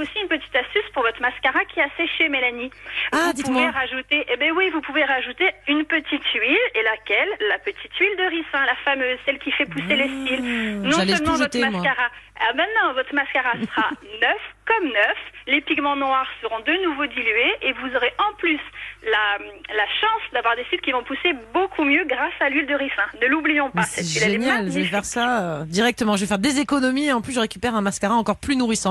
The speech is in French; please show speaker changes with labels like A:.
A: aussi une petite astuce pour votre mascara qui a séché, Mélanie.
B: Ah,
A: vous pouvez
B: dites-moi.
A: rajouter, eh ben oui, vous pouvez rajouter une petite huile, et laquelle La petite huile de ricin, la fameuse, celle qui fait pousser les cils. Non
C: Mmh, J'allais
A: seulement
C: tout
A: votre
C: jeter, moi.
A: mascara, ah ben non, votre mascara sera neuf comme neuf. Les pigments noirs seront de nouveau dilués et vous aurez en plus la, la chance d'avoir des cils qui vont pousser beaucoup mieux grâce à l'huile de ricin. Ne l'oublions pas.
C: C'est
A: Cette huile, elle est
C: génial, je vais
A: magnifique.
C: faire ça euh, directement. Je vais faire des économies et en plus je récupère un mascara encore plus nourrissant.